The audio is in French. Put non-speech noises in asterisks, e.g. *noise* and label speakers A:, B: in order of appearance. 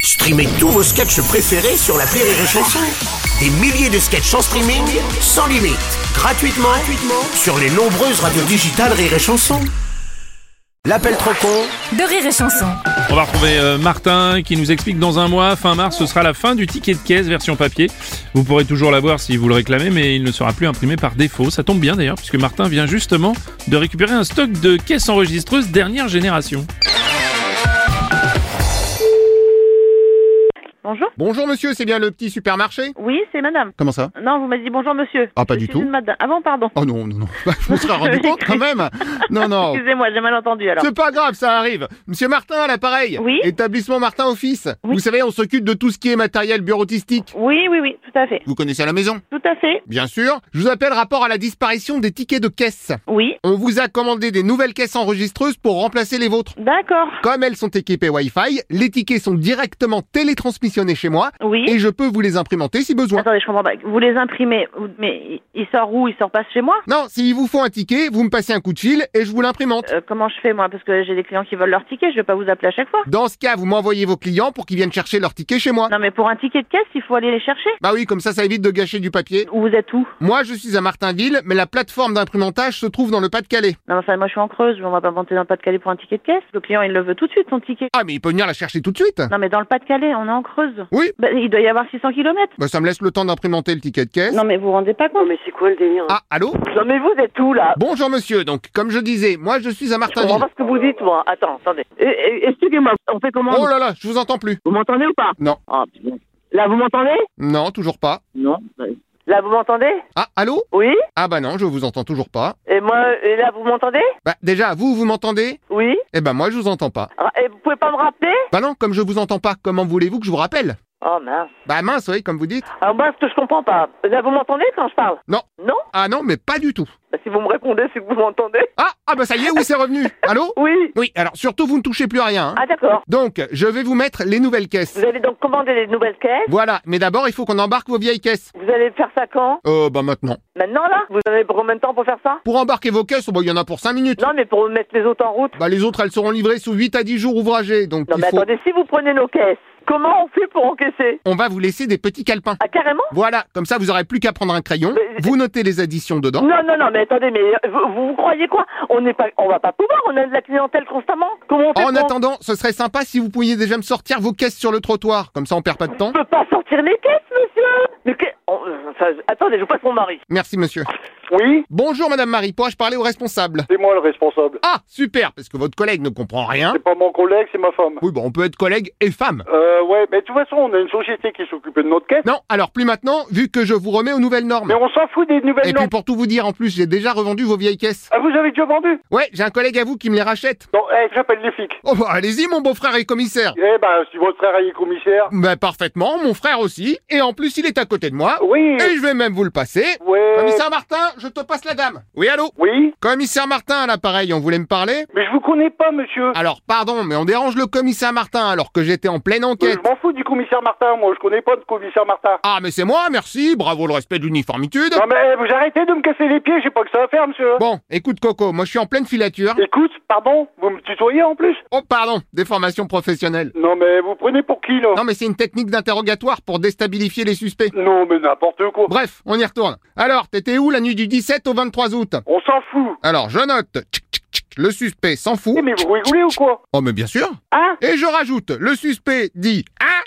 A: Streamez tous vos sketchs préférés sur la Rire et Chanson. Des milliers de sketchs en streaming, sans limite, gratuitement, gratuitement sur les nombreuses radios digitales Rire et Chanson. L'appel trop con
B: de rire et chanson.
C: On va retrouver euh, Martin qui nous explique dans un mois, fin mars, ce sera la fin du ticket de caisse version papier. Vous pourrez toujours l'avoir si vous le réclamez, mais il ne sera plus imprimé par défaut. Ça tombe bien d'ailleurs, puisque Martin vient justement de récupérer un stock de caisses enregistreuses dernière génération.
D: Bonjour.
E: Bonjour monsieur, c'est bien le petit supermarché
D: Oui, c'est madame.
E: Comment ça
D: Non, vous m'avez dit bonjour monsieur.
E: Ah, pas
D: Je
E: du
D: suis
E: tout.
D: Une madame. Ah bon, pardon.
E: Oh non, *laughs* non, non, je me serais rendu compte quand même Non,
D: *laughs*
E: non,
D: Excusez-moi, j'ai mal entendu alors.
E: Oh. c'est pas grave, ça arrive Monsieur Martin à l'appareil
D: Oui
E: Établissement Martin Office
D: Oui.
E: Vous savez, on s'occupe de tout ce qui est matériel bureautistique.
D: Oui, oui, oui, tout à fait.
E: Vous connaissez la maison
D: Tout à fait.
E: Bien sûr. Je vous appelle rapport à la disparition des tickets de caisse.
D: Oui.
E: On vous a commandé des nouvelles caisses enregistreuses pour remplacer les vôtres.
D: D'accord.
E: Comme elles sont équipées Wi-Fi, les tickets sont directement télétransmissionnés chez moi
D: Oui.
E: et je peux vous les imprimer si besoin.
D: Attendez, je comprends pas. Vous les imprimez, vous- mais il- il sort où Il sort pas chez moi
E: Non, s'il vous faut un ticket, vous me passez un coup de fil et je vous l'imprimente.
D: Euh, Comment je fais moi Parce que j'ai des clients qui veulent leur ticket, je vais pas vous appeler à chaque fois.
E: Dans ce cas, vous m'envoyez vos clients pour qu'ils viennent chercher leur ticket chez moi.
D: Non, mais pour un ticket de caisse, il faut aller les chercher.
E: Bah oui, comme ça, ça évite de gâcher du papier.
D: Où vous êtes où
E: Moi, je suis à Martinville, mais la plateforme d'imprimantage se trouve dans le Pas-de-Calais.
D: Non, mais enfin, moi je suis en Creuse, on va pas monter dans le Pas-de-Calais pour un ticket de caisse. Le client, il le veut tout de suite, son ticket.
E: Ah, mais il peut venir la chercher tout de suite.
D: Non, mais dans le Pas-de-Calais, on est en Creuse.
E: Ah. Oui.
D: Bah, il doit y avoir 600 kilomètres.
E: Bah, ça me laisse le temps d'imprimenter le ticket de caisse.
D: Non, mais vous vous rendez pas compte
F: Mais c'est quoi le délire
E: Ah, allô
F: Non mais vous êtes où là
E: Bonjour monsieur, donc, comme je disais, moi, je suis à
F: Je comprends
E: Martinville.
F: pas ce que vous dites moi. Attends, attendez. Eh, eh, Expliquez-moi, on fait comment
E: Oh là là, je vous entends plus.
F: Vous m'entendez ou pas
E: Non.
F: Ah, putain. là vous m'entendez
E: Non, toujours pas.
F: Non. Là vous m'entendez
E: Ah, allô
F: Oui.
E: Ah bah non, je vous entends toujours pas.
F: Et moi, et là vous m'entendez
E: Bah déjà, vous, vous m'entendez
F: Oui.
E: Eh bah moi, je vous entends pas.
F: Ah, Et vous pouvez pas me rappeler
E: Bah non, comme je vous entends pas, comment voulez-vous que je vous rappelle
F: Oh mince.
E: Bah mince, oui, comme vous dites.
F: Alors moi ce que je comprends pas. Là vous m'entendez quand je parle
E: Non.
F: Non
E: Ah non, mais pas du tout.
F: Bah, Si vous me répondez, c'est que vous m'entendez.
E: Ah, ah bah ça y est, oui, c'est revenu. Allô
F: Oui.
E: Oui, alors surtout, vous ne touchez plus à rien. hein.
F: Ah d'accord.
E: Donc, je vais vous mettre les nouvelles caisses.
F: Vous allez donc commander les nouvelles caisses.
E: Voilà, mais d'abord, il faut qu'on embarque vos vieilles caisses.
F: Vous allez faire ça quand
E: Euh, bah maintenant.
F: Maintenant là Vous avez pour combien de temps pour faire ça
E: Pour embarquer vos caisses, oh, bah, il y en a pour 5 minutes.
F: Non mais pour mettre les autres en route.
E: Bah les autres, elles seront livrées sous 8 à 10 jours ouvragés, donc
F: Non
E: il
F: mais
E: faut...
F: attendez, si vous prenez nos caisses, comment on fait pour encaisser
E: On va vous laisser des petits calepins.
F: Ah carrément
E: Voilà, comme ça, vous aurez plus qu'à prendre un crayon,
F: Mais-
E: vous notez les additions dedans.
F: Non non non mais attendez mais euh, vous, vous, vous croyez quoi On n'est pas on va pas pouvoir, on a de la clientèle constamment. Comment on fait
E: En
F: pour-
E: attendant, ce serait sympa si vous pouviez déjà me sortir vos caisses sur le trottoir, comme ça on perd pas de temps.
F: Je peux pas sortir mes caisses monsieur. Mais que... on- euh, enfin, je- attendez, je vous passe mon mari.
E: Merci monsieur.
G: Oui,
E: Bonjour madame Marie, pourrais-je parler au responsable
G: c'est moi le responsable.
E: Ah, super, parce que votre collègue ne comprend rien.
G: C'est pas mon collègue, c'est ma femme.
E: Oui, bon, on peut être collègue et femme.
G: Euh, ouais, mais de toute façon, on a une société qui s'occupait de notre caisse.
E: Non, alors plus maintenant, vu que je vous remets aux nouvelles normes.
G: Mais on s'en fout des nouvelles
E: Et
G: normes.
E: puis pour tout vous dire, en plus, j'ai déjà revendu vos vieilles caisses.
G: Ah, vous avez déjà vendu
E: Ouais, j'ai un collègue à vous qui me les rachète.
G: Non, eh, j'appelle les flics.
E: Oh bah allez-y, mon beau-frère est commissaire.
G: Eh ben, si votre frère est commissaire.
E: Bah parfaitement, mon frère aussi. Et en plus, il est à côté de moi.
G: Oui,
E: Et je vais même vous le passer.
G: ouais.
E: Commissaire Martin, je te passe la dame. Oui, allô
G: Oui,
E: Commissaire Martin, à l'appareil, on voulait me parler
G: mais je vous connais pas, monsieur.
E: Alors, pardon, mais on dérange le commissaire Martin alors que j'étais en pleine
G: Euh,
E: enquête.
G: Je m'en fous du commissaire Martin, moi, je connais pas de commissaire Martin.
E: Ah, mais c'est moi, merci, bravo le respect de l'uniformitude.
G: Non, mais eh, vous arrêtez de me casser les pieds, j'ai pas que ça à faire, monsieur.
E: Bon, écoute Coco, moi je suis en pleine filature.
G: Écoute, pardon, vous me tutoyez en plus
E: Oh, pardon, des formations professionnelles.
G: Non, mais vous prenez pour qui, là
E: Non, mais c'est une technique d'interrogatoire pour déstabiliser les suspects.
G: Non, mais n'importe quoi.
E: Bref, on y retourne. Alors, t'étais où la nuit du 17 au 23 août
G: On s'en fout.
E: Alors, je note. tchic, tchic, tchic, Le suspect s'en fout.
G: Eh, mais vous rigolez ou quoi
E: Oh, mais bien sûr.
F: Hein
E: Et je rajoute, le suspect dit Ah